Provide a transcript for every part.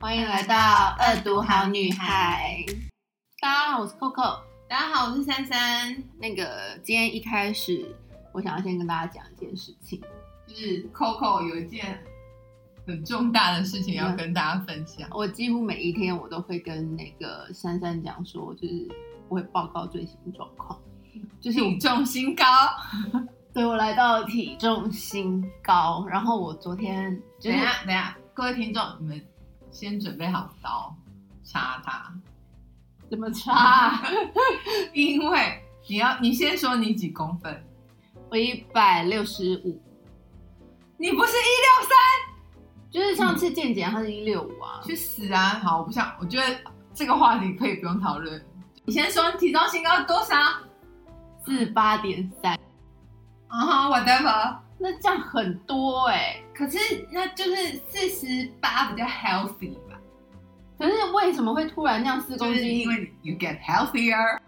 欢迎来到《恶毒好女孩》。大家好，我是 Coco。大家好，我是珊珊。那个，今天一开始，我想要先跟大家讲一件事情。就是 Coco 有一件很重大的事情要跟大家分享。我几乎每一天我都会跟那个珊珊讲说，就是我会报告最新状况，就是我 体重新高，对我来到体重新高，然后我昨天就等是一下等一下，各位听众，你们先准备好刀插它，怎么差？ 因为你要你先说你几公分，我一百六十五，你不是一六三，就是上次健检它是一六五啊。去死啊！好，我不想，我觉得这个话题可以不用讨论。你先说你体重新高多少？四八点三，啊哈，whatever。那这样很多哎、可是那就是四十八比较 healthy 吧，可是为什么会突然降四就公是斤？因为你 you get healthier。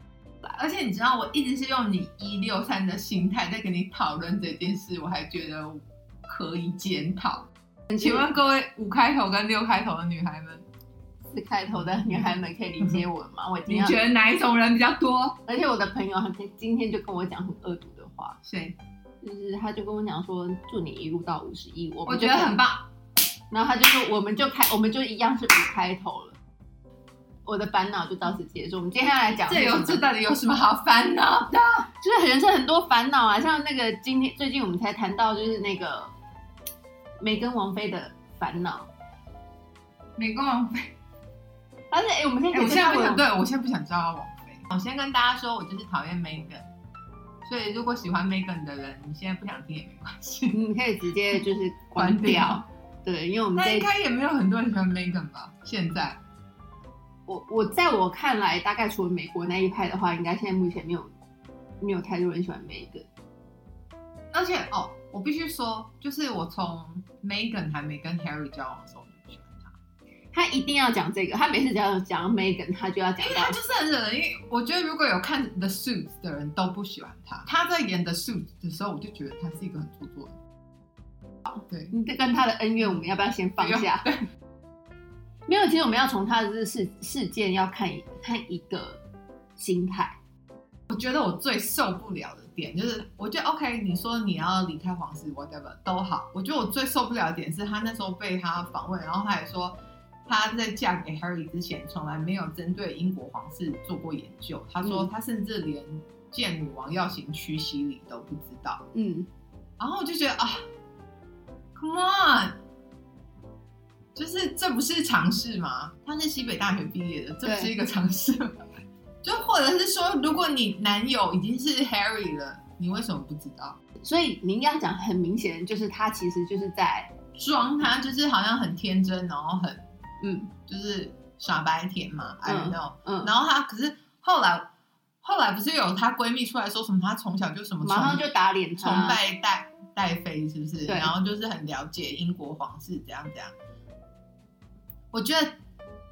而且你知道，我一直是用你一六三的心态在跟你讨论这件事，我还觉得可以检讨。请问各位五开头跟六开头的女孩们，四开头的女孩们可以理解我吗？我今你天要，觉得哪一种人比较多？而且我的朋友他今天就跟我讲很恶毒的话，谁？就是他就跟我讲说，祝你一路到五十一，我我们觉就得很棒。然后他就说，我们就开，我们就一样是五开头了。我的烦恼就到此结束。我们接下来讲这有是什这么到底有什么好烦恼的？就是人生很多烦恼啊，像那个今天最近我们才谈到，就是那个梅根王妃的烦恼。美国王妃，但是哎、我们现在哎可我以现在知不道想，对我现在不想叫她王妃。我先跟大家说，我就是讨厌 Megan，所以如果喜欢 Megan 的人，你现在不想听也没关系。你可以直接就是关关掉掉。对，因为我们那这应一该也没有很多人喜欢 Megan 吧？现在我我在我看来，大概除了美国那一派的话，应该现在目前没有没有太多人喜欢梅根。而且哦，我必须说，就是我从 Megan 还没跟 Harry 交往的时候，我就不喜欢他，他一定要讲这个，他每次只要讲 Megan，他就要讲因为到他 就是很惹人。因为我觉得如果有看 The Suits 的人都不喜欢他，他在演 The Suits 的时候，我就觉得他是一个很做作的人。对，你跟他的恩怨，我们要不要先放下？没有，其实我们要从他的这事事件要看一看一个心态。我觉得我最受不了的点就是，我觉得 OK，你说你要离开皇室，whatever 都好。我觉得我最受不了的点是他那时候被他访问，然后他还说他在嫁给 Harry 之前，从来没有针对英国皇室做过研究。他说嗯他甚至连见女王要行屈膝礼都不知道。嗯，然后我就觉得啊，Come on，就是这不是常识吗？他是西北大学毕业的，这不是一个常识吗？ 就或者是说，如果你男友已经是 Harry 了，你为什么不知道？所以你应该讲很明显，就是他其实就是在装他就是好像很天真，然后很嗯就是傻白甜嘛，I don't know、嗯，然后他可是后来后来不是有她闺蜜出来说什么，她从小就什么马上崇就打脸崇他。拜戴戴妃是不是？对然后就是很了解英国皇室怎样怎样。我觉得，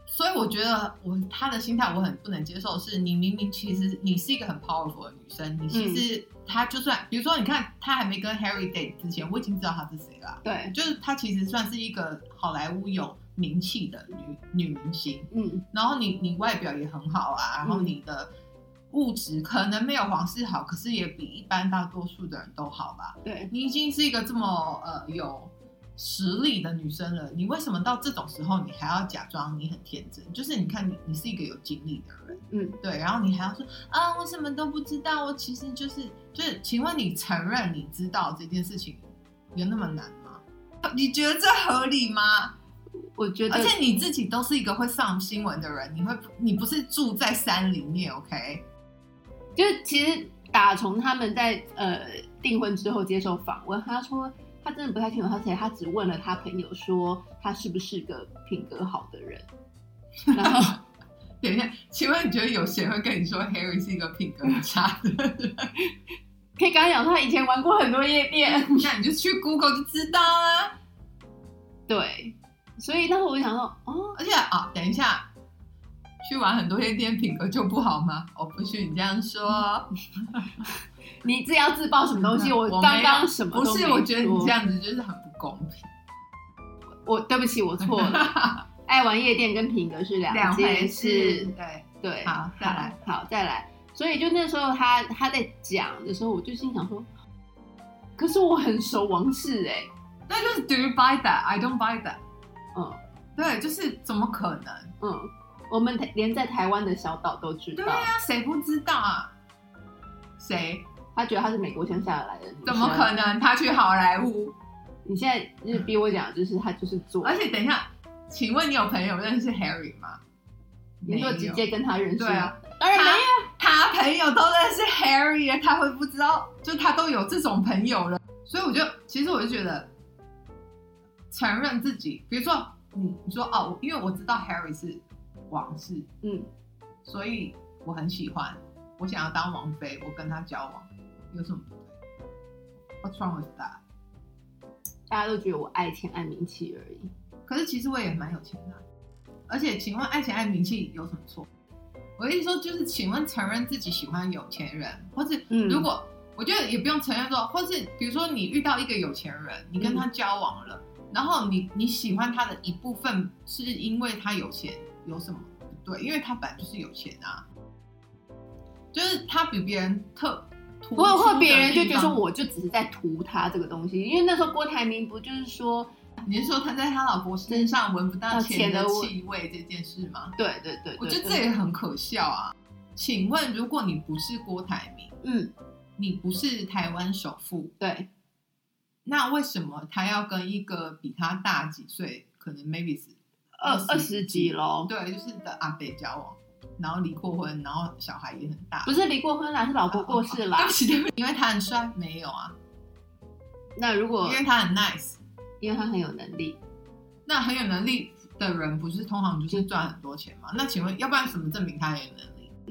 所以我觉得我他的心态我很不能接受，是你明明其实你是一个很 powerful 的女生，你其实她就算、比如说你看她还没跟 Harry date 之前，我已经知道她是谁了，对，就是她其实算是一个好莱坞有名气的女女明星。嗯然后你你外表也很好啊，然后你的物质可能没有皇室好，可是也比一般大多数的人都好吧。对，你已经是一个这么呃有实力的女生了，你为什么到这种时候你还要假装你很天真？就是你看你你是一个有经历的人，嗯对，然后你还要说啊我什么都不知道，我其实就是就是，请问你承认你知道这件事情有那么难吗？你觉得这合理吗？我觉得而且你自己都是一个会上新闻的人，你会你不是住在山里面，OK？就是其实打从他们在呃订婚之后接受访问，他说他真的不太清楚他是谁，他只问了他朋友说他是不是个品格好的 人，然后等一下，请问你觉得有谁会跟你说 Harry 是一个品格很差的 人？可以跟他讲说他以前玩过很多夜 店，那你就去 Google 就知道啊。对，所以那时候我就想说，哦，而且啊，等一下，去玩很多夜店，品格就不好吗？我不许你这样说。你自己要自爆什么东西？我嗯没有刚刚什么都不是？没我觉得你说这样子就是很不公平。 我对不起，我错了。爱玩夜店跟品格是两件回事事，。对，对，好再来，好，再来。所以就那时候他他在讲的时候，我就心想说，可是我很熟王室哎、那就是 Do you buy that? I don't buy that。嗯对，就是怎么可能？嗯，我们台连在台湾的小岛都知对道，啊，谁不知道啊？谁？他觉得他是美国乡下来的女生，怎么可？能？他去好莱坞，你现在就是逼我讲，就是他就是做，而且等一下，请问你有朋友认识 Harry 吗？你说没有直接跟他认识，对啊，当然没有，他朋友都认识 Harry 了，他会不知道？就他都有这种朋友了，所以我就其实我就觉得，承认自己，比如说你你说哦，因为我知道 Harry 是王室，嗯，所以我很喜欢，我想要当王妃，我跟他交往，有什么不对？What's wrong with that？大家都觉得我爱钱爱名气而已，可是其实我也蛮有钱的啊、而且请问爱钱爱名气有什么错？我的意思说就是，请问承认自己喜欢有钱人，或是嗯如果、我觉得也不用承认说，或是比如说你遇到一个有钱人，你嗯跟他交往了，然后你你喜欢他的一部分是因为他有钱，有什么不对？因为他本来就是有钱啊，就是他比别人特突出或或的别人就地觉得说方我就只是在图他这个东西，因为那时候郭台铭不就是说，你是说他在他老婆身上闻不到到嗯钱钱的的味气味这件事吗？对对对对我觉得对这也很可笑啊。请问，如果你不是郭台铭，嗯你不是台湾首富，对，那为什么他要跟一个比他大几岁，可能 maybe 是二二十几喽，对，就是的阿北交往，然后离过婚，然后小孩也很大，不是啊离过婚啦，是老婆过世啦对不。起，对不起因为他很帅，没有啊，那如因果为他很 nice，因为他很有能力，那很有能力的人不是通常就是赚很多钱吗？那请问，要不然怎么证明他有能力？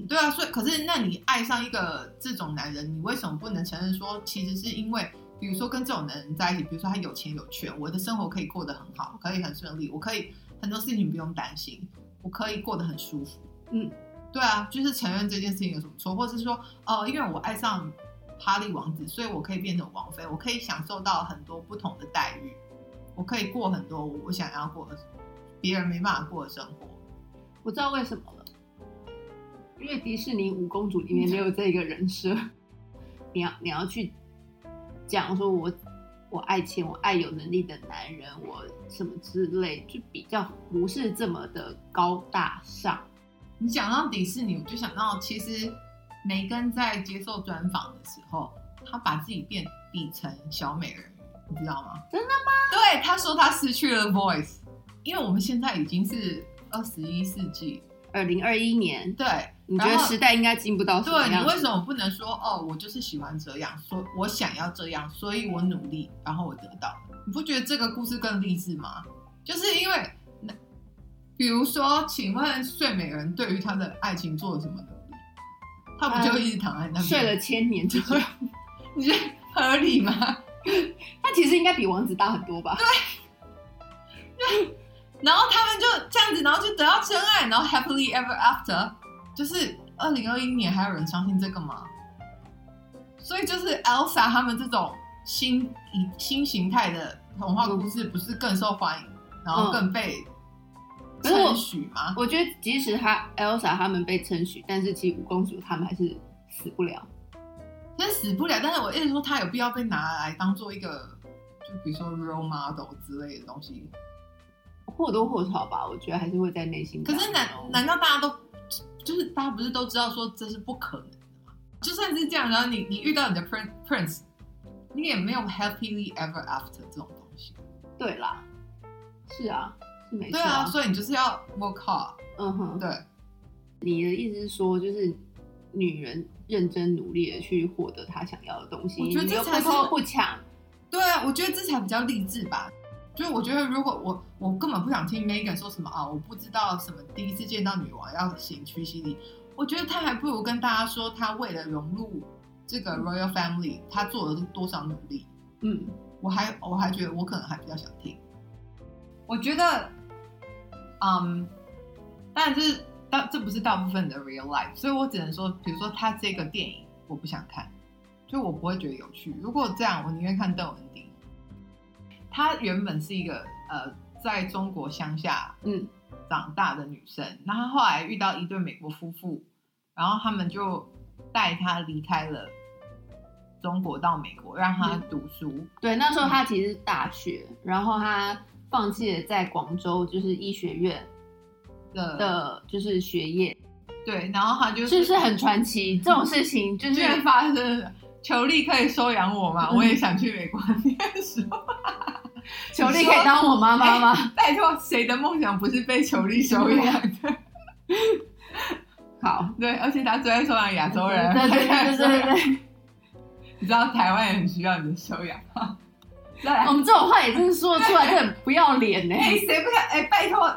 对啊，所以可是那你爱上一个这种男人，你为什么不能承认说，其实是因为，比如说跟这种男人在一起，比如说他有钱有权，我的生活可以过得很好，可以很顺利，我可以很多事情不用担心，我可以过得很舒服。嗯，对啊，就是承认这件事情有什么错，或是说，哦、因为我爱上哈利王子，所以我可以变成王妃，我可以享受到很多不同的待遇，我可以过很多我想要过的，别人没办法过的生活。我知道为什么了，因为迪士尼五公主里面没有这个人设，你要你要去讲说我我爱钱，我爱有能力的男人，我什么之类，就比较不是这么的高大上。你讲到迪士尼，我就想到其实梅根在接受专访的时候，她把自己变比成小美人鱼，你知道吗？真的吗？对，她说她失去了 voice，因为我们现在已经是二十一世纪，二零二一年，对，你觉得然后时代应该进步到什么对样你为子？什么不能说哦，我就是喜欢这样，所我想要这样，所以我努力，然后我得到了。你不觉得这个故事更励志吗？就是因为，那比如说，请问睡美人对于她的爱情做了什么努力？她不就一直躺在那边、呃睡了？千年之久，你觉得合理吗？ 他其实应该比王子大很多吧？然后他们就这样子，然后就得到真爱，然后 happily ever after，就是二零二一年还有人相信这个吗？所以就是 Elsa 他们这种新以新形态的童话故事，不是更受欢迎，然后更被可是我称许吗？我觉得即使他 Elsa 他们被称许，但是其实五公主他们还是死不了。但死不了，但是我一直说他有必要被拿来当做一个，就比如说 role model 之类的东西。或多或少吧，我觉得还是会在内心可感动。是难难道大家都就是大家不是都知道说这是不可能的吗？就算是这样，然后你你遇到你的 prince prince，你也没有 happily ever after 这种东西。对啦，是啊，是没错、对啊，所以你就是要 work hard。嗯哼，对，你的意思是说，就是女人认真努力的去获得她想要的东西，我觉得你这又才不是偷不抢，对啊，我觉得这才比较励志吧。就是我觉得，如果我我根本不想听 Megan 说什么啊，我不知道什么第一次见到女王要行屈膝礼，我觉得他还不如跟大家说，他为了融入这个 royal family，他做了多少努力。嗯，我还我还觉得我可能还比较想听。我觉得，嗯，当然这是大这不是大部分的 real life，所以我只能说，比如说他这个电影我不想看，就我不会觉得有趣。如果这样，我宁愿看邓文迪。他原本是一个呃，在中国乡下，嗯，长大的女生。那她后来遇到一对美国夫妇，然后他们就带她离开了中国到美国，让她读书。对，那时候他其实是大学，然后他放弃了在广州就是医学院的的，就是学业，对，然后她就是不是很传奇？这种事情就是居然发生了。球力可以收养我吗？嗯我也想去美国念书。球力可以当我妈妈吗？拜托，谁的梦想不是被球力收养的？ 好，对，而且他最爱收养亚洲人。哎对对对对对对， 你知道台湾很需要你的修养吗？来 我，们这种话也真是说得出来，真的很不要脸 呢。哎、谁不想？哎、拜托，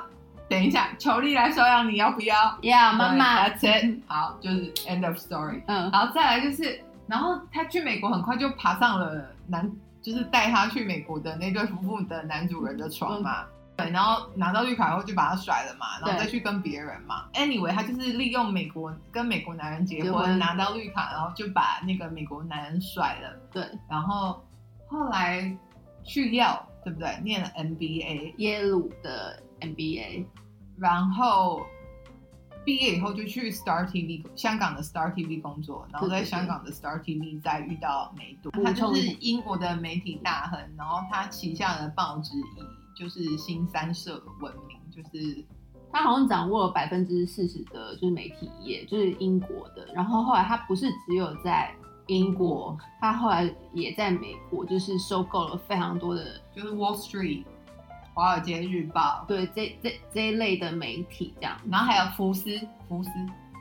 等一下，球力来收养你要不要？呀，妈妈，对，That's it，好，就是 end of story。嗯，然后再来就是，然后他去美国很快就爬上了男，就是带他去美国的那对夫妇的男主人的床嘛。对，然后拿到绿卡以后就把他甩了嘛，然后嗯对再去跟别人嘛。Anyway，他就是利用美国跟美国男人结婚，结婚拿到绿卡，然后就把那个美国男人甩了。对，然后后来去要对不对？念了 MBA，耶鲁的 MBA，然后毕业以后就去 Star TV 香港的 Star TV 工作，然后对在对对香港的 Star TV 再遇到梅朵，补他充就是英国的媒体大亨，然后他旗下的报纸以就是新三社闻名，就是他好像掌握了百分之四十的，就是媒体业，就是英国的。然后后来他不是只有在英国，他后来也在美国，就是收购了非常多的就是 Wall Street 华尔街日报，对这这这一类的媒体这样。然后还有福斯福斯，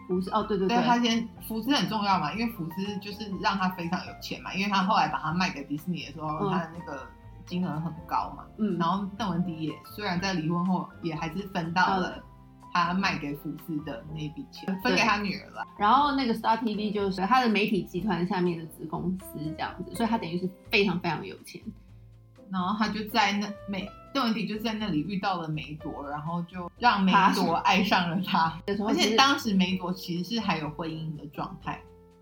不是哦，对对对对，他先福斯很重要嘛，因为福斯就是让他非常有钱嘛，因为他后来把它卖给迪士尼的时候，嗯他的那个金额很高嘛。嗯，然后邓文迪也虽然在离婚后，也还是分到嗯了他卖给福斯的那笔钱，分给他女儿了。然后那个 Star TV 就是他的媒体集团下面的子公司这样子，所以他等于是非常非常有钱。然后他就在那美邓文迪就在那里遇到了梅朵，然后就让梅朵爱上了 他。有时候而其且实当时梅朵其实是还有婚姻的状态，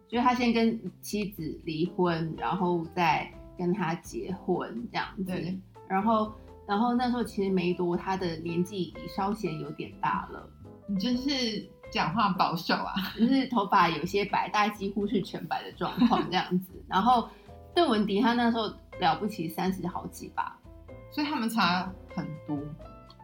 就是他先跟妻子离婚，然后再跟他结婚这样子对。然后，然后那时候其实梅朵她的年纪稍显有点大了，你真是讲话保守啊！就是头发有些白，大概几乎是全白的状况这 样子。然后邓文迪她那时候了不起三十好几吧，所以他们差很多。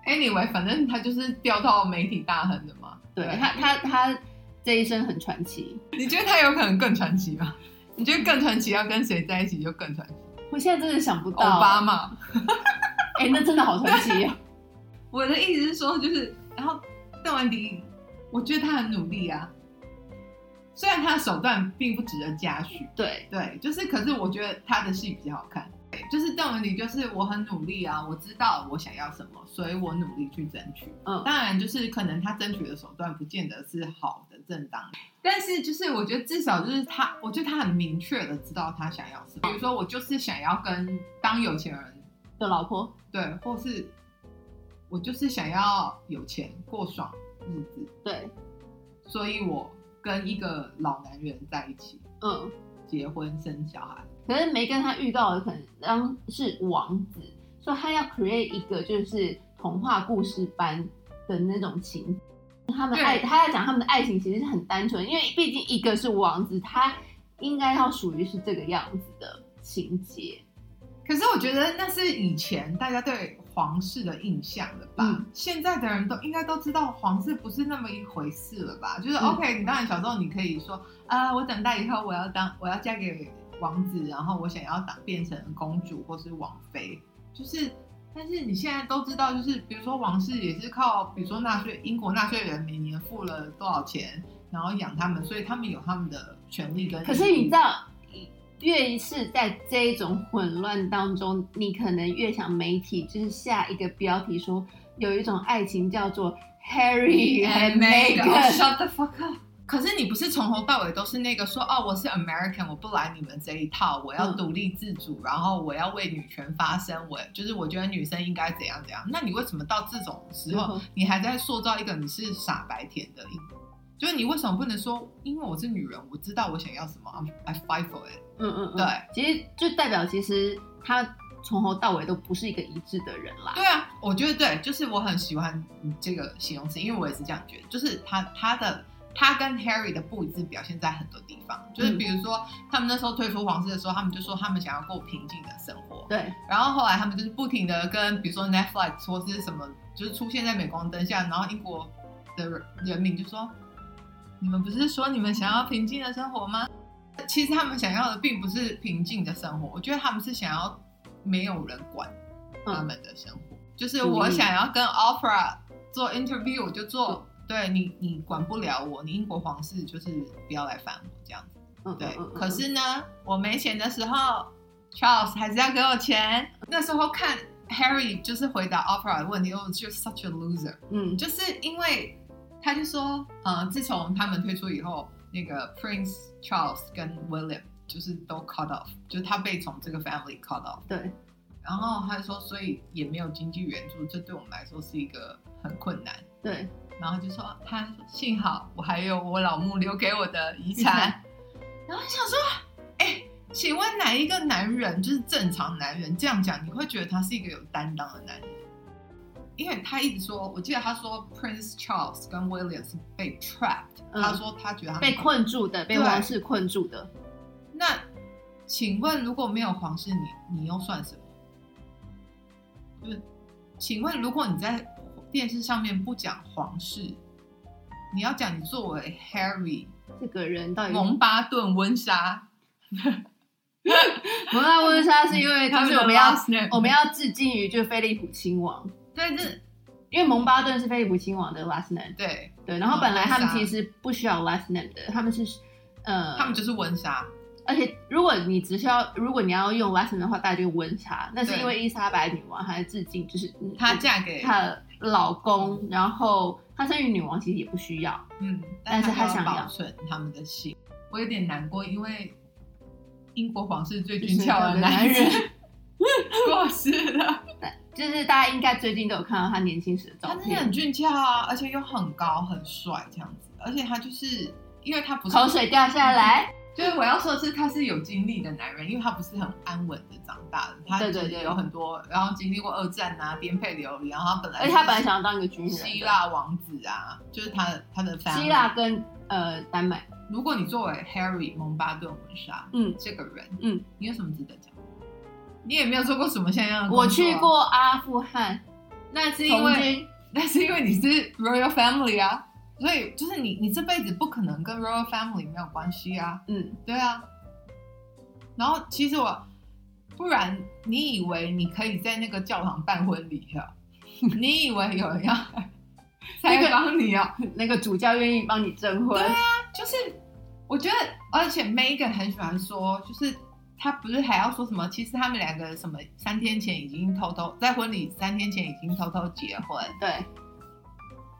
Anyway，反正他就是调到媒体大亨的嘛。对她她她这一生很传奇。你觉得他有可能更传奇吗？你觉得更传奇要跟谁在一起就更传奇？我现在真的想不奥巴到，马。 哎、那真的好传奇哦。我的意思是说，就是然后邓文迪，我觉得他很努力啊。虽然他的手段并不值得嘉许， 对，对，就是可是我觉得他的戏比较好看。对，就是邓文迪，就是我很努力啊，我知道我想要什么，所以我努力去争取。嗯当然就是可能他争取的手段不见得是好的、正当的，但是就是我觉得至少就是他，我觉得他很明确的知道他想要什么。比如说，我就是想要跟当有钱人的老婆，对，或是我就是想要有钱过爽日子，对，所以我跟一个老男人在一起，嗯。结婚生小孩。可是梅根他预告的可能当是王子，所以他要 create 一个就是童话故事般的那种情。他们爱，对他要讲他们的爱情其实是很单纯，因为毕竟一个是王子，他应该要属于是这个样子的情节。可是我觉得那是以前大家对皇室的印象了吧？嗯现在的人都应该都知道皇室不是那么一回事了吧？就是、嗯 OK，你当然小时候你可以说啊、我长大以后我要当我要嫁给王子，然后我想要当变成公主或是王妃，就是。但是你现在都知道，就是比如说王室也是靠，比如说纳税，英国纳税人每年付了多少钱，然后养他们，所以他们有他们的权利跟义务。可是你知道，越是在这一种混乱当中，你可能越想媒体就是下一个标题说有一种爱情叫做 Harry and Meghan。 shut the fuck up。可是你不是从头到尾都是那个说哦，我是 American，我不来你们这一套，我要嗯独立自主，然后我要为女权发声，我就是我觉得女生应该怎样怎样。那你为什么到这种时候，嗯你还在塑造一个你是傻白甜的一？就是你为什么不能说，因为我是女人，我知道我想要什么，I'm-，I fight for it。嗯嗯，嗯对，其实就代表其实他从头到尾都不是一个一致的人啦。对啊，我觉得对，就是我很喜欢你这个形容词，因为我也是这样觉得，就是他他的他跟 Harry 的不一致表现在很多地方，就是比如说他们那时候退出皇室的时候，他们就说他们想要过平静的生活，对，然后后来他们就是不停的跟比如说 Netflix 或是什么，就是出现在镁光灯下，然后英国的人人民就说：“你们不是说你们想要平静的生活吗？”其实他们想要的并不是平静的生活，我觉得他们是想要没有人管他们的生活，就是我想要跟 Opera 做 interview 我就做，对你你管不了我，你英国皇室就是不要来烦我这样子。嗯，对嗯，可是呢，我没钱的时候，Charles 还是要给我钱。那时候看 Harry 就是回答 Opera 的问题，我就 such a loser，嗯，就是因为他就说，呃，自从他们退出以后，那个 Prince Charles 跟 William 就是都 cut off，就是他被从这个 family cut off。对，然后他就说，所以也没有经济援助，这对我们来说是一个很困难。对，然后就说啊他幸好我还有我老母留给我的遗产，然后想说，哎、请问哪一个男人就是正常男人这样讲，你会觉得他是一个有担当的男人？因为他一直说，我记得他说 Prince Charles 跟 William 是被 trapped，、嗯他说他觉得他们被。困住的，被对王室困住的，那请问如果没有皇室，你你又算什么？就是，请问如果你在电视上面不讲皇室，你要讲你作为 Harry 这个人到底蒙巴顿温莎，蒙娜温莎是因为就是我们要我们要要致敬于就菲利普亲王，对这因为蒙巴顿是菲利普亲王的 last name，对，对，然后本来他们哦其实不需要 last name 的，他们是呃，他们就是温莎，而且如果你只需要如果你要用 last name 的话，大家就温莎，那是因为伊莎白女王她在致敬，就是她嫁给她的老公，然后她生育女王其实也不需要，嗯，但是他他想要保存他们的姓。我有点难过，因为英国皇室最俊俏的男人就是 过世了，就是大家应该最近都有看到她年轻时的照他真的很片，俊俏啊，而且又很高很帅这样子，而且他就是因为他不是口水掉下来，就是我要说的是，他是有经历的男人，因为他不是很安稳的长大的，他对就对是对有很多，然后经历过二战啊，颠沛流离，然后他本来而且她本来想要当一个军人的，希腊王子啊，就是他的他的 family 希腊跟呃丹麦，如果你作为 Harry 蒙巴顿文莎嗯，这个人，嗯，你有什么值得讲？你也没有做过什么像样的、啊我去，过阿富汗，那是因从为军，那是因为你是 Royal Family 啊，所以就是你你这辈子不可能跟 Royal Family 没有关系啊。嗯，对啊。然后其实我，不然你以为你可以在那个教堂办婚礼啊？ 你以为有人要那个采访你啊？那个主教愿意帮你证婚，就是我觉得，而且 Megan 很喜欢说，就是他不是还要说什么？其实他们两个什么三天前已经偷偷在婚礼三天前已经偷偷结婚，对，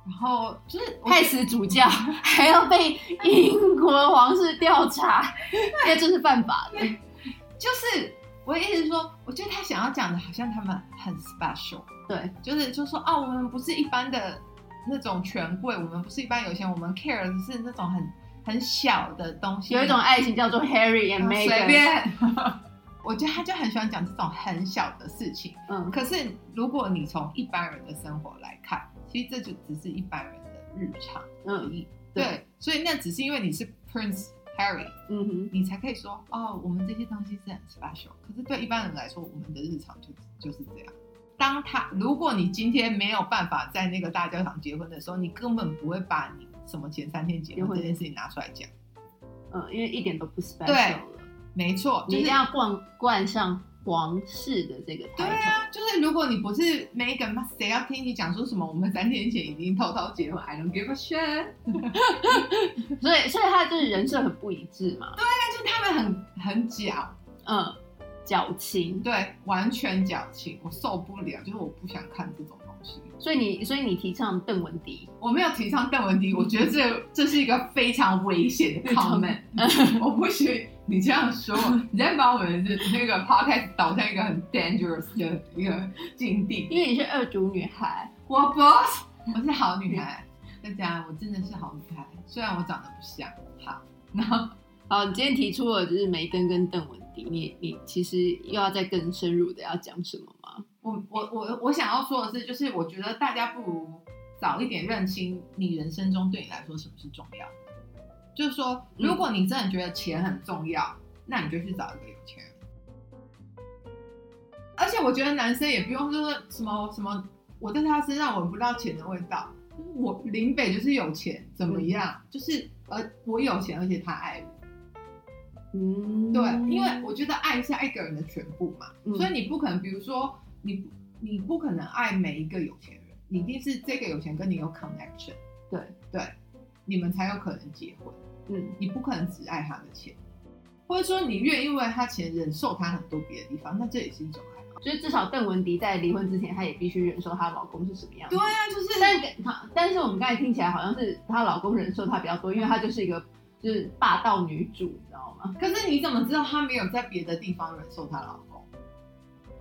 然后就是我害死主教，还要被英国皇室调查，这就是犯法的，就是我一直说，我觉得他想要讲的好像他们很 special。对，就是就说啊，我们不是一般的那种权贵，我们不是一般有钱，我们 care 的是那种很很小的东西，有一种爱情叫做 Harry 啊 and 随 Meghan，便。 我觉得他就很喜欢讲这种很小的事情，嗯，可是如果你从一般人的生活来看，其实这就只是一般人的日常而嗯已。对对，所以那只是因为你是 Prince Harry，嗯哼，你才可以说哦，我们这些东西是很 special。可是对一般人来说，我们的日常就就是这样。当他如果你今天没有办法在那个大教堂结婚的时候，你根本不会把你什么前三天结结婚婚这件事情拿出来讲。嗯，因为一点都不 special 对了，没错，你就一是定要冠冠上皇室的这个对 title，啊，就是如果你不是 Megan，那谁要听你讲说什么？我们三天前已经偷偷结婚，I don't give a shit。所以所以他就是人设很不一致嘛，但是他们很很矫，嗯，矫情，对，完全矫情，我受不了，就是我不想看这种东西。所以你所以你提倡邓文迪。我没有提倡邓文迪，我觉得这这是一个非常危险的 comment，我 不许你这样说，你在把我们的那个 podcast 导向一个很 dangerous 的一个境地。因为你是二主女孩，我不是，我是好女孩，大家，我真的是好女孩，虽然我长得不像。好，然后好，你今天提出了就是梅根跟邓文迪，你你其实又要再更深入的要讲什么吗？我我我我想要说的是，就是我觉得大家不如早一点认清你人生中对你来说什么是重要的。就是说，如果你真的觉得钱很重要，那你就去找一个有钱人。而且我觉得男生也不用说什么什么，我在他身上闻不到钱的味道。我林北就是有钱，怎么样？就是呃，我有钱，而且他爱我。嗯，对，因为我觉得爱是爱一个人的全部嘛，嗯所以你不可能，比如说你不你不可能爱每一个有钱人，你一定是这个有钱跟你有 connection，对对，你们才有可能结婚，嗯你不可能只爱他的钱，或者说你愿意为他钱忍受他很多别的地方，那这也是一种爱。就是至少邓文迪在离婚之前，她也必须忍受她老公是什么样子。对啊，就是但给她，但是我们刚才听起来好像是她老公忍受她比较多，因为她就是一个就是霸道女主，你知道吗可是你怎么知道她没有在别的地方忍受她老公？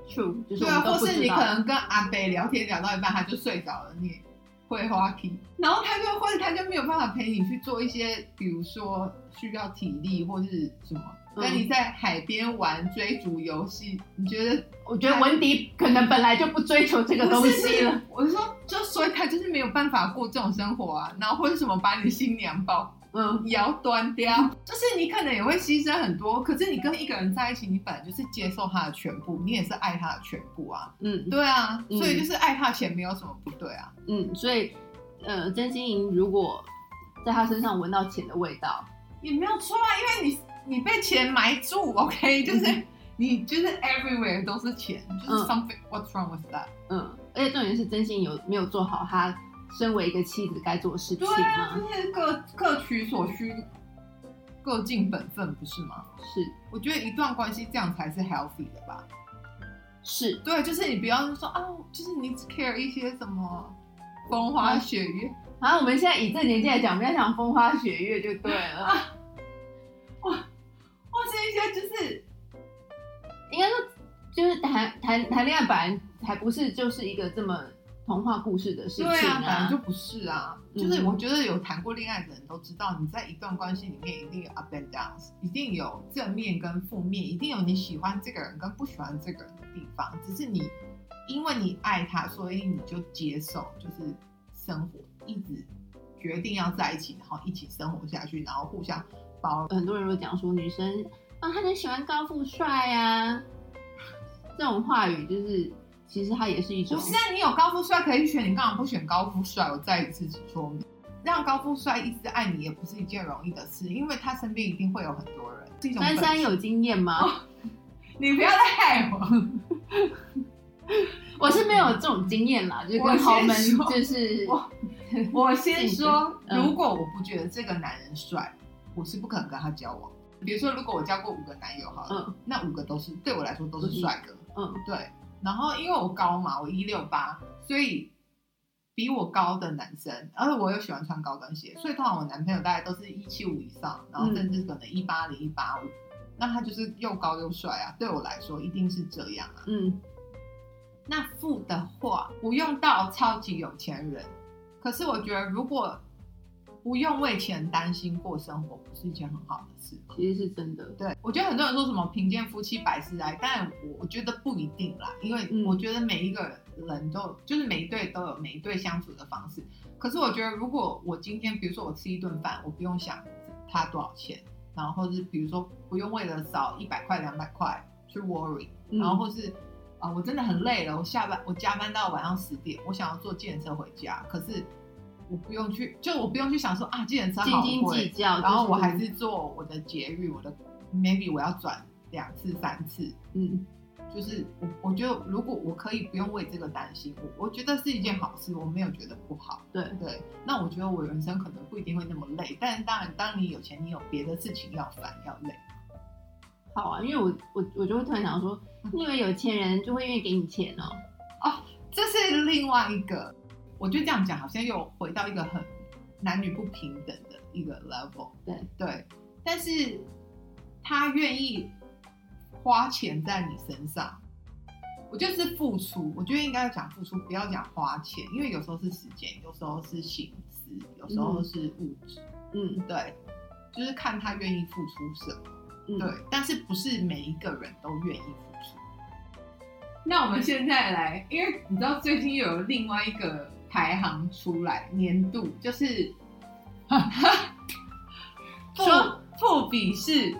？True，就是对我啊，们都或不是知你道。可能跟阿北聊天聊到一半，他就睡着了，你也会花皮，然后他就或者他就没有办法陪你去做一些，比如说需要体力或是什么，嗯跟你在海边玩追逐游戏，你觉得我觉得文迪可能本来就不追求这个东西了。？我是说，就所以他就是没有办法过这种生活啊，然后或者什么把你新娘抱。嗯，腰端掉，就是你可能也会牺牲很多，可是你跟一个人在一起，你本来就是接受他的全部，你也是爱他的全部啊。嗯对啊，嗯所以就是爱他钱没有什么不对啊。嗯，所以呃，真心莹如果在她身上闻到钱的味道，也没有错啊，因为你你被钱埋住，OK，就是你就是 everywhere 都是钱，就是嗯 something、what's wrong with that？嗯，而且重点是真心有没有做好她身为一个妻子该做的事情对吗？啊，就是各各取所需，各尽本分，不是吗？是我觉得一段关系这样才是 healthy 的吧。是，对，就是你不要说啊，就是你只 care 一些什么风花雪月，然后我们现在以这年纪来讲，我们要讲风花雪月就对了。啊或是一些就是应该说，就是谈谈谈恋爱，本来还不是就是一个这么童话故事的事情对啊，本来就不是啊。嗯就是我觉得有谈过恋爱的人都知道，你在一段关系里面一定有 up and downs，一定有正面跟负面，一定有你喜欢这个人跟不喜欢这个人的地方。只是你因为你爱他，所以你就接受，就是生活一直决定要在一起，然后一起生活下去，然后互相很多人都讲说女生啊，她很喜欢高富帅啊，这种话语就是其实它也是一种不是啊，你有高富帅可以选，你干嘛不选高富帅？我再一次说明，让高富帅一直爱你也不是一件容易的事，因为他身边一定会有很多人。是一种珊本哦珊事有经验吗？你不要再害我。 我是没有这种经验啦，就是我跟先豪门说就是我我先说，嗯如果我不觉得这个男人帅，我是不可能跟他交往。比如说，如果我交过五个男友好了，嗯那五个都是对我来说都是帅哥。嗯对，然后因为我高嘛，我一六八，所以比我高的男生，而且我又喜欢穿高跟鞋，嗯所以通常我男朋友大概都是一七五以上，然后甚至可能一八零、一八五，那他就是又高又帅啊，对我来说一定是这样啊。嗯那富的话，不用到超级有钱人，可是我觉得如果不用为钱担心过生活，不是一件很好的事吗？其实是真的，对，我觉得很多人说什么贫贱夫妻百事哀，但我我觉得不一定啦，因嗯为我觉得每一个人都有就是每一对都有每一对相处的方式。可是我觉得，如果我今天比如说我吃一顿饭，我不用想他多少钱，然后或是比如说不用为了少一百块两百块去 worry，嗯然后或是啊、我真的很累了，我下班我加班到晚上十点，我想要坐计程车回家，可是我不用去，就我不用去想说啊，计程车斤好斤贵计，较，然后就是我还是做我的节育，我的 maybe 我要转两次三次，嗯就是我我觉得如果我可以不用为这个担心，我我觉得是一件好事，我没有觉得不好。对对，那我觉得我人生可能不一定会那么累，但是当然，当你有钱，你有别的事情要烦要累。好啊，因为我我我就会突然想说，你以为有钱人就会愿意给你钱哦？这是另外一个，我觉得这样讲好像又回到一个很男女不平等的一个 level 对对，但是他愿意花钱在你身上，我觉得是付出。我觉得应该要讲付出，不要讲花钱，因为有时候是时间，有时候是心思，有时候是物质。嗯对，就是看他愿意付出什么。嗯，对，但是不是每一个人都愿意付出。那我们现在来，因为你知道最近又有另外一个排行出来，年度 就是，富说富比士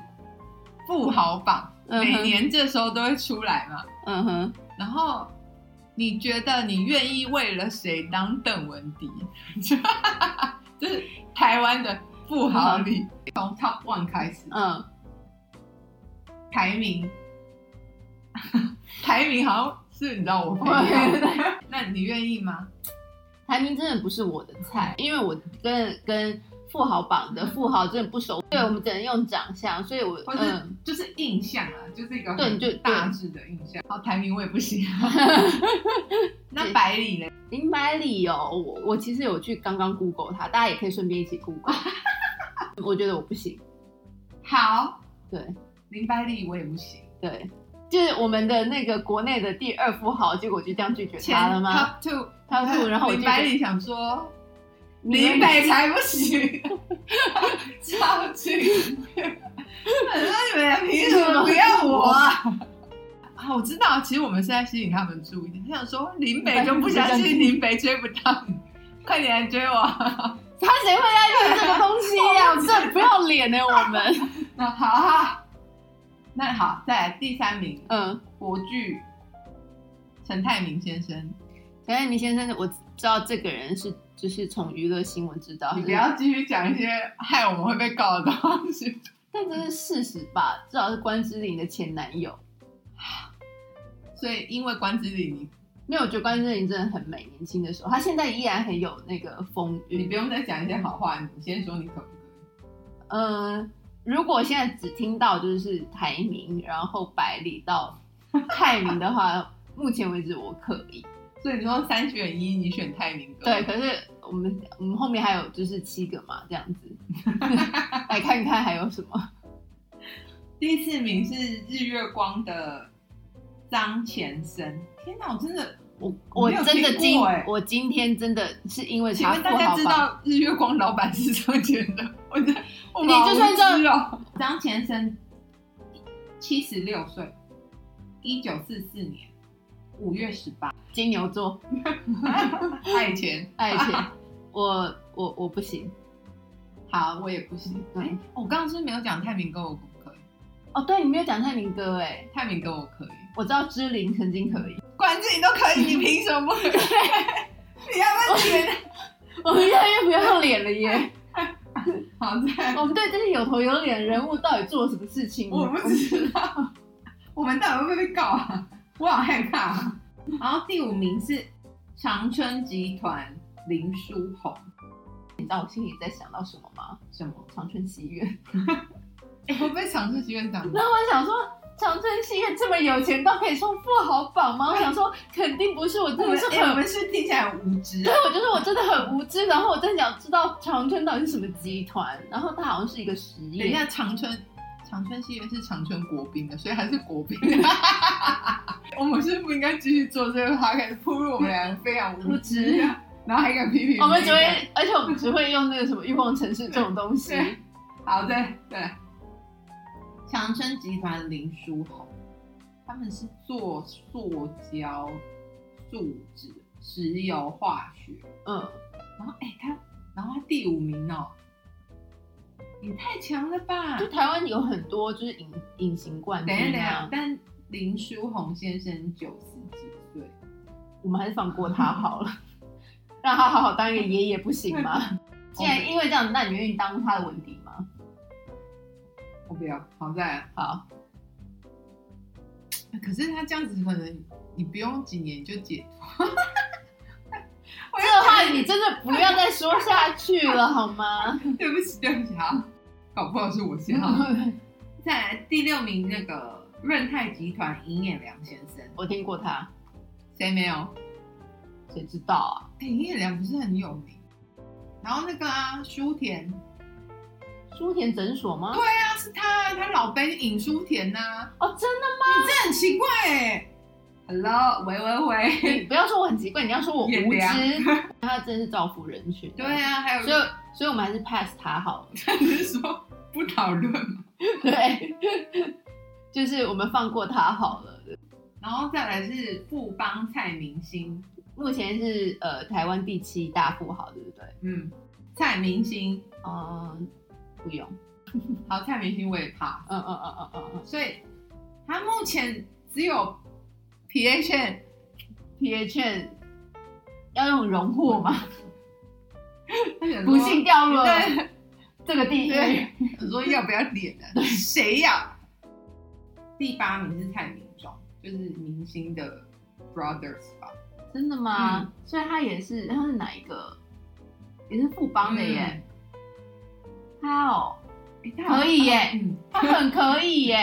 富豪榜，嗯哼每年这时候都会出来嘛。嗯哼，然后你觉得你愿意为了谁当邓文迪？ 就是台湾的富豪里，从 Top One 开始，嗯，排名， 排名好像是你知道我朋我友， 那你愿意吗？排名真的不是我的菜，因为我跟跟富豪榜的富豪真的不熟，对我们只能用长相，所以我或是嗯，就是印象啊，就是一个对很就大致的印象。好，排名我也不行。啊 那百里呢？林百里哦，我我其实有去刚刚 Google 他，大家也可以顺便一起 Google，我觉得我不行，好，对林百里我也不行。对。就是我们的那个国内的第二富豪，结果就这样拒绝前嗯他了吗？ Top Two，他吐，然后我就林觉百得里想说，你们林北才不行， 超级。 我说你们俩凭什么不要我啊？啊， 我知道，其实我们是在吸引他们注意。他想说林北就不相信林北追不到你，快点来追我。 他谁会要用这个东西呀、这很不要脸呢、我 们，那好好，那好，再来第三名，嗯，国剧陈泰明先生，陈爱民先生，我知道这个人是就是从娱乐新闻知道，你不要继续讲一些害我们会被告的东西。 但这是事实吧？至少是关之琳的前男友。所以因为关之琳，你没有，我觉得关之琳真的很美，年轻的时候，她现在依然很有那个风你韵不。用再讲一些好话，你先说你可不可以？嗯、如果现在只听到就是台名，然后百里到泰明的话，目前为止我可以。所以你说三选一，你选泰明哥。 对，，可是我们我们后面还有就是七个嘛，这样 子，来看看还有什么。第四名是日月光的张前生。天哪，我真的，我我我没有真的听今过欸我今天真的是因为请查问大富家豪知榜，道日月光老板是张前生？我真的，我你就算知知道张前生七十六岁，一九四 四年五月十八，金牛座爱钱。爱 情，我我我不行好，我也不行。哎、嗯我刚刚是不是没有讲泰明哥，我可不可以？哦。对，你没有讲泰明哥哎，泰明哥我可以。我知道芝玲曾经 可以，管自己都可以，你凭什 么不可以？你要不要觉得？我们越来越不要脸了耶。 好 在我们哦对这些有头有脸的人物到底做了什么事情？我不知道，我们到底会不会被告啊？ 我好害怕、啊。然后第五名是长春集团林书鸿，你知道我心里在 想到什么吗？什么？长春戏院。哎、会不会长春集团长？然后我想说，长春戏院这么有钱到可以冲富豪榜吗？我想说，肯定不是，我真我的们是哎我很，们是听起来很无知对，我就是我真的很无知。然后我真的想知道长春到底是什么集团，然后它好像是一个实等一业下，。长春长春戏院是长春国宾的，所以还是 国宾。我们是不应该继续做这个 p o d 铺入我们俩非常无知，然后还敢批评我们只别人会，而且我们只会用那个什么欲望城市这种东西。对好，对对，强生集团林书豪，他们是做塑胶、树脂、石油化学，嗯，然后哎、他，然后他第五名哦，也太强了吧就！台湾有很多就是隐隐形冠等一下等一军下啊，，但林书鸿先生九十几岁，我们还是放过他好了， 让他好好当一个爷爷不行吗？既然因为这样子，那你愿意当他的文迪吗？我不要，好啊再来。好，可是他这样子，可能你不用几年就解脱。 我这要话你真的不要再说下去了好吗？对不起，对不起，好，搞不好是我 先 好。再来第六名那个润泰集团尹衍良先生， 我听过他，谁没有？谁知道啊？哎、尹衍良不是很有名。然后那个啊，舒田，书田诊所吗？对，对啊，是他，他老杯尹舒田呐、哦，真的这很奇怪哎、Hello，喂喂吗？喂，你不要说我很奇怪，你要说我无也凉知， 他真的是造福人群。 对，啊，还有所以所以我们还是 pass 他好了。你是说不讨论吗？ 对，就是我们放过他好了。然后再来是富邦蔡明星，目前是呃台湾第七大富豪，对不对？嗯，蔡明星，嗯，不用，好，蔡明星我也怕，嗯嗯嗯嗯嗯嗯所以他目前只有 PHN， ，PHN 要用荣获吗？他想说不幸掉入了对这个地对狱，我说要不要脸啊？谁呀？第八名是蔡明忠，就是明星的 brothers 吧，真的吗？嗯所以他也是，他是哪一个？也是富邦的耶，他哦，嗯，诶他好像可以耶嗯，他很可以耶，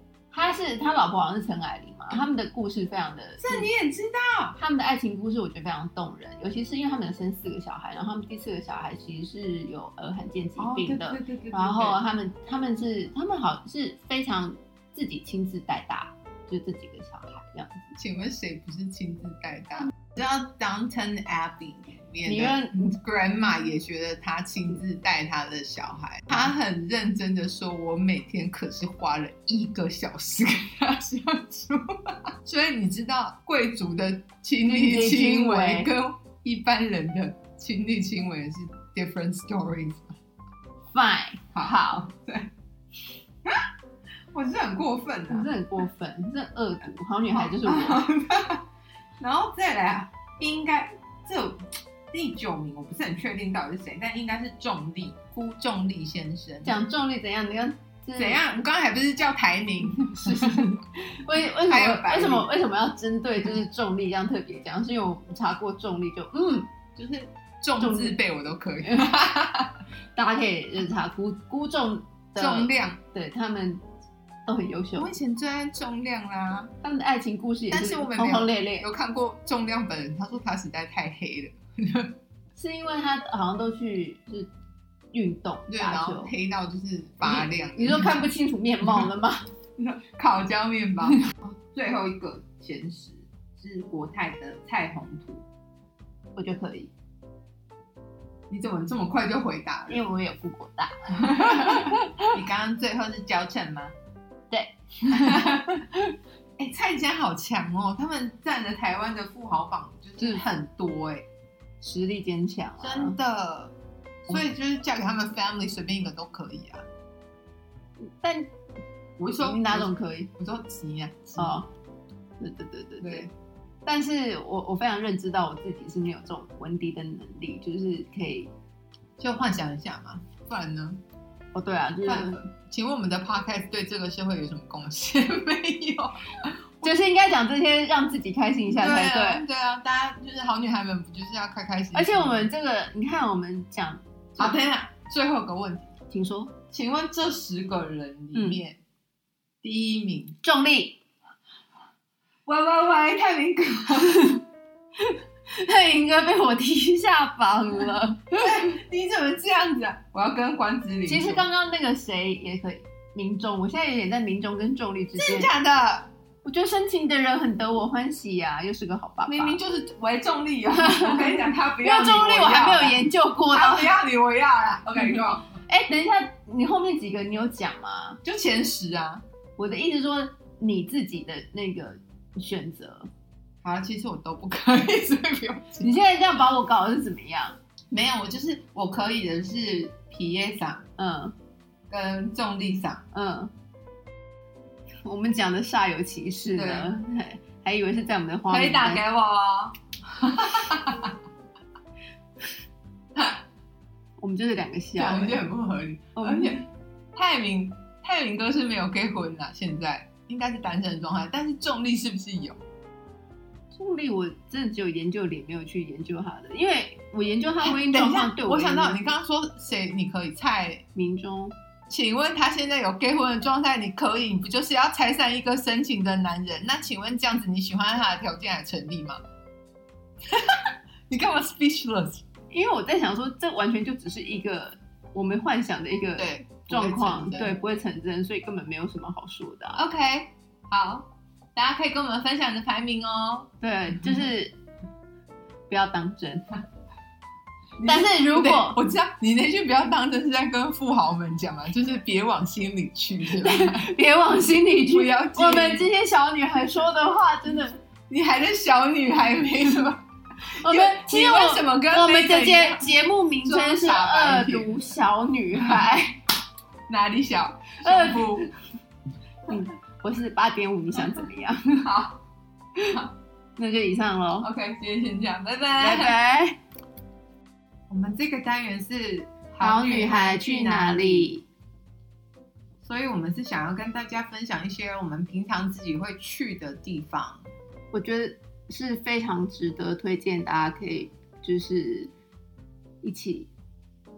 他是他老婆好像是陈凯琳嘛，他们的故事非常的，这嗯你也知道，他们的爱情故事我觉得非常动人，尤其是因为他们有生四个小孩，然后他们第四个小孩其实是有呃罕见疾病的，哦对对然后他们他们是他们好是非常自己亲自带大，就这几个小孩这样子。请问谁不是亲自带大？知道《Downton Abbey》里你面认的 Grandma 也觉得她亲自带她的小孩，她很认真的说：“我每天可是花了一个小时跟她相处。”所以你知道贵族的亲力亲为亲力亲为跟一般人的亲力亲为是 different stories。 fine，好， 我是很过分啊的、你这很过分，你这恶毒，好女孩就是我。 然后再来啊，应该这第九名我不是很确定到底是谁，但应该是重力辜重力先生。 讲重力怎样？你 看怎？样？我刚才还不是叫台宁？是是是。 为为什还有么白为什么为什么要针对就是重力这样特别讲？是因为我们查过重力就嗯， 就是重字辈我都可以，大家可以呃查估估重呃的重，量。对他们都很优秀我，以前最爱重量啦、他们的爱情故事也但是我们轰没有轰烈烈。有看过重量本人，他说他实在太黑了，是因为他好像都去就是运动对，然打后球，黑到就是发亮。你说看不清楚面貌了吗？ 烤焦面包。最后一个前十是国泰的蔡宏图，我觉得可以，你怎么这么快就回答了？因为我也有富国大， 你刚刚最后是交称吗？对。 哎、蔡家好强哦，他们占了台湾的富豪榜就是嗯很多哎、实力坚强啊。嗯真的。所以就是嫁给他们 family 随便一个都可以啊。但我是说你嗯哪种？可以？我说急啊，急哦，对对对对对对。但是我我非常认知到我自己是没有这种文笔的能力，就是可以就幻想一下嘛，不然呢？哦，对啊，就不然是请问我们的 podcast 对这个社会有什么贡献没有？就是应该讲这些让自己开心一下才对。啊，对啊，大家就是好女孩们不就是要开开心心？而且我们这个，你看我们讲，好，等一下，最后一个问题，请说请问这十个人里面，第一名？重 力，喂喂喂，太敏感，佩莹哥被我踢下榜了。 你怎么这样子啊？我要跟关子玲。其实刚刚那个谁也可以，民众，我现在有点在民众跟重力之间真的。假的，我觉得深情的人很得我欢喜呀、又是个好爸爸。明明就是为重力啊！ 我跟你讲，他不因为要你重力我我还没有演，研究过呢。他不要你，我要啦。OK，go，哎、等一下，你后面几个你有讲吗？就前十啊。我的意思说你自己的那个选择，好了，其实我都不可以，所以不用急。你现在这样把我搞的是怎么样？ 没有，我就是我可以的是皮耶嗓嗯跟重力嗓。嗯，我们讲的煞有其事呢，还还以为是在我们的花可以名单打给我哦。我们就是两个笑、讲一些很不合理，嗯而且泰明泰明哥是没有 g 婚啦，现在应该是单身的状态，但是重力是不是有？重力我真的只有研究脸，没有去研究他的，因为我研究他婚姻哎等状一下况对，我的想到你刚刚说谁，你可以蔡，民中请问他现在有 g 婚的状态，你可以，你不就是要拆散一个深情的男人？那请问这样子你喜欢他的条件还成立吗？ 你干嘛 speechless？因为我在想说，这完全就只是一个我们幻想的一个对，状况，不会成对，真不会成真，所以根本没有什么好说的啊、 ，OK，好，大家可以跟我们分享你的排名哦。对，就是不要当真。 但是如对果我知道你那句不要当真是在跟富豪们讲嘛，就是别往心里去，是吧？ 别往心里去不要，介意我们今天小女孩说的话真的，你还是小女孩，没什么。 我你们其你实为我什么跟我们这的节节目名称是《恶毒小女孩》，哪里小？呃胸部我是八点五，你想怎么 样？好那就以上喽， ，OK，今天先这样，拜拜拜。拜。我们这个单元是好女孩去哪？里？所以我们是想要跟大家分享一些我们平常自己会去的地方。我觉得是非常值得推荐，大家可以就是一起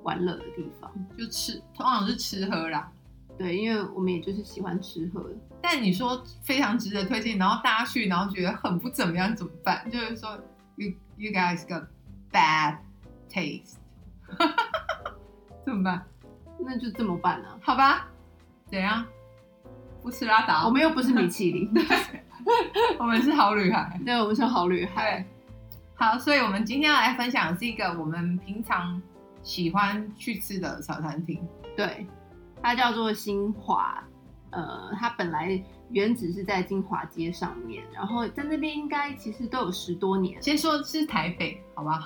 玩乐的地方。就吃，通常是吃喝啦。对，因为我们也就是喜欢吃喝，但你说非常值得推荐，然后大家去，然后觉得很不怎么样，怎么办？就是说，you you guys got bad taste，怎么办？那就这么办啊。好吧，怎样？不吃拉倒，我们又不是米其林，我们是好女孩。对，我们是好女孩。对，好，所以我们今天要来分享的是一个我们平常喜欢去吃的小餐厅。对，它叫做新华，呃，它本来原址是在金华街上面，然后在那边应该其实都有十多年，先说是台北，好吧？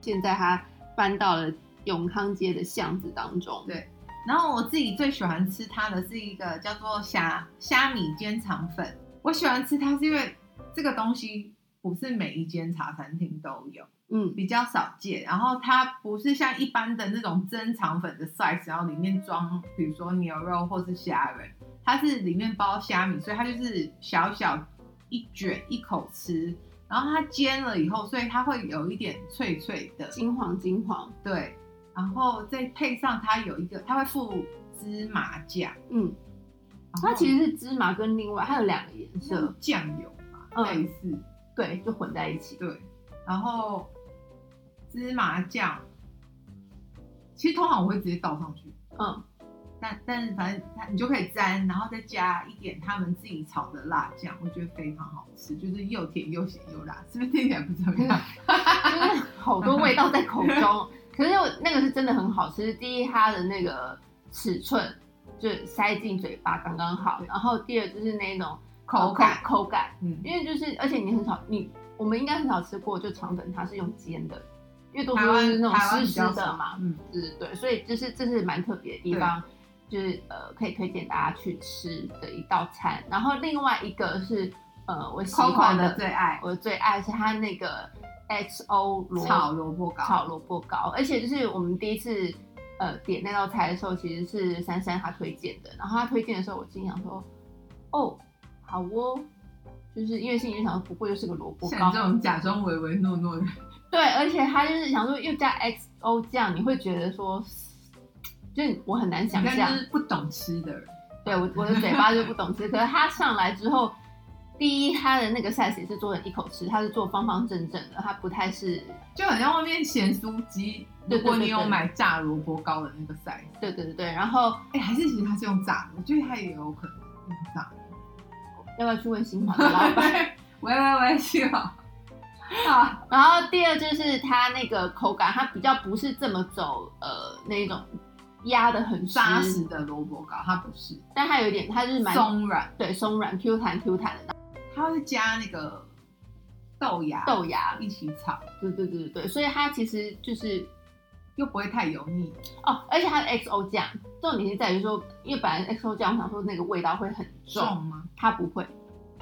现在它搬到了永康街的巷子当中。对然后我自己最喜欢吃它的是一个叫做虾虾米煎肠粉。我喜欢吃它是因为这个东西不是每一间茶餐厅都有，嗯，比较少见。然后它不是像一般的那种蒸肠粉的 size，然后里面装比如说牛肉或是虾仁，它是里面包虾米，所以它就是小小一卷一口吃。然后它煎了以后，所以它会有一点脆脆的，金黄金黄，对，然后再配上它有一个，它会附芝麻酱，嗯，然后它其实是芝麻跟另外它有两个颜那色种，酱油嘛，嗯类似对，就混在一起。对，然后芝麻酱，其实通常我会直接倒上去，嗯， 但但是反正它你就可以沾，然后再加一点他们自己炒的辣酱，我觉得非常好吃，就是又甜又咸又辣，是不是听起来不怎 么样？就是好多味道在口中。可是我那个是真的很好吃，第一它的那个尺寸就塞进嘴巴刚刚好，对然后第二就是那种口感，口感，嗯，因为就是而且你很少你我们应该很少吃过，就肠粉它是用煎的，因为多数台都湾是那种台湾湿比较湿的少嘛，嗯，对对对，所以就是这是蛮特别的地方，就是呃可以推荐大家去吃的一道菜。然后另外一个是呃我喜 Coco 欢的最爱我的最爱是它那个 XO 萝炒萝卜糕，炒萝卜糕，而且就是我们第一次呃点那道菜的时候，其实是珊珊她推荐的，然后她推荐的时候，我心想说，哦，好哦，就是因为心里就想说，不过就是个萝卜像糕你，这种假装唯唯诺诺的。对，而且她就是想说又加 XO 酱，你会觉得说，就是我很难想但象就，是不懂吃的人，对我我的嘴巴就不懂 吃，可是它上来之后。第一，它的那个 size 也是做成一口吃，它是做方方正正的，它不太是就很像外面咸酥鸡。对对对如果你有对买炸萝卜糕的那个 size，对对对对，然后哎、还是其实它是用炸的，我觉得它也有可能用炸的。 要不要去问新华的老板？喂喂喂，哦幸好啊，然后第二就是它那个口感，它比较不是这么走呃那种压的很扎实实，的萝卜糕，它不是但它有一点它就是蛮松软，对松软 Q 弹 Q 弹的它会加那个豆芽，豆芽，一起炒，对对对对对，所以它其实就是又不会太油腻。哦，而且它的 XO 酱重点是在于说，因为本来 XO 酱我想说那个味道会很重，重吗？它不会，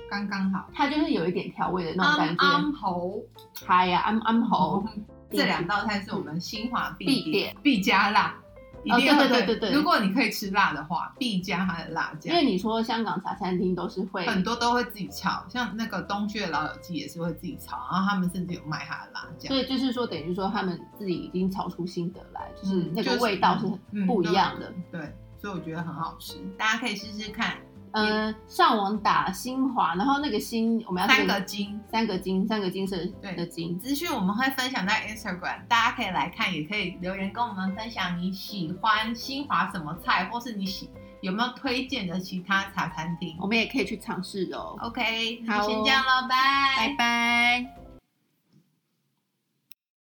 刚刚好。它就是有一点调味的那种安感觉，安侯嗨呀安安喉，哦这两道菜是我们新华必必点哦必加辣，一定要、对对对对对如果你可以吃辣的话，必加它的辣因酱为。你说香港茶餐厅都是会很多都会自己炒，像那个东区的老友记也是会自己炒，然后他们甚至有卖它的辣酱所，以就是说，等于说他们自己已经炒出心得来，就是嗯那就个是味道是嗯很不一样的。对，所以我觉得很好吃，大家可以试试看。嗯、上网打新华，然后那个新我们要这三个金三个金，三个金色对的金。资讯我们会分享在 Instagram，大家可以来看，也可以留言跟我们分享你喜欢新华什么菜，或是你喜有没有推荐的其他茶餐厅。我们也可以去尝试哦。 OK，那好就先哦这样了，拜拜拜。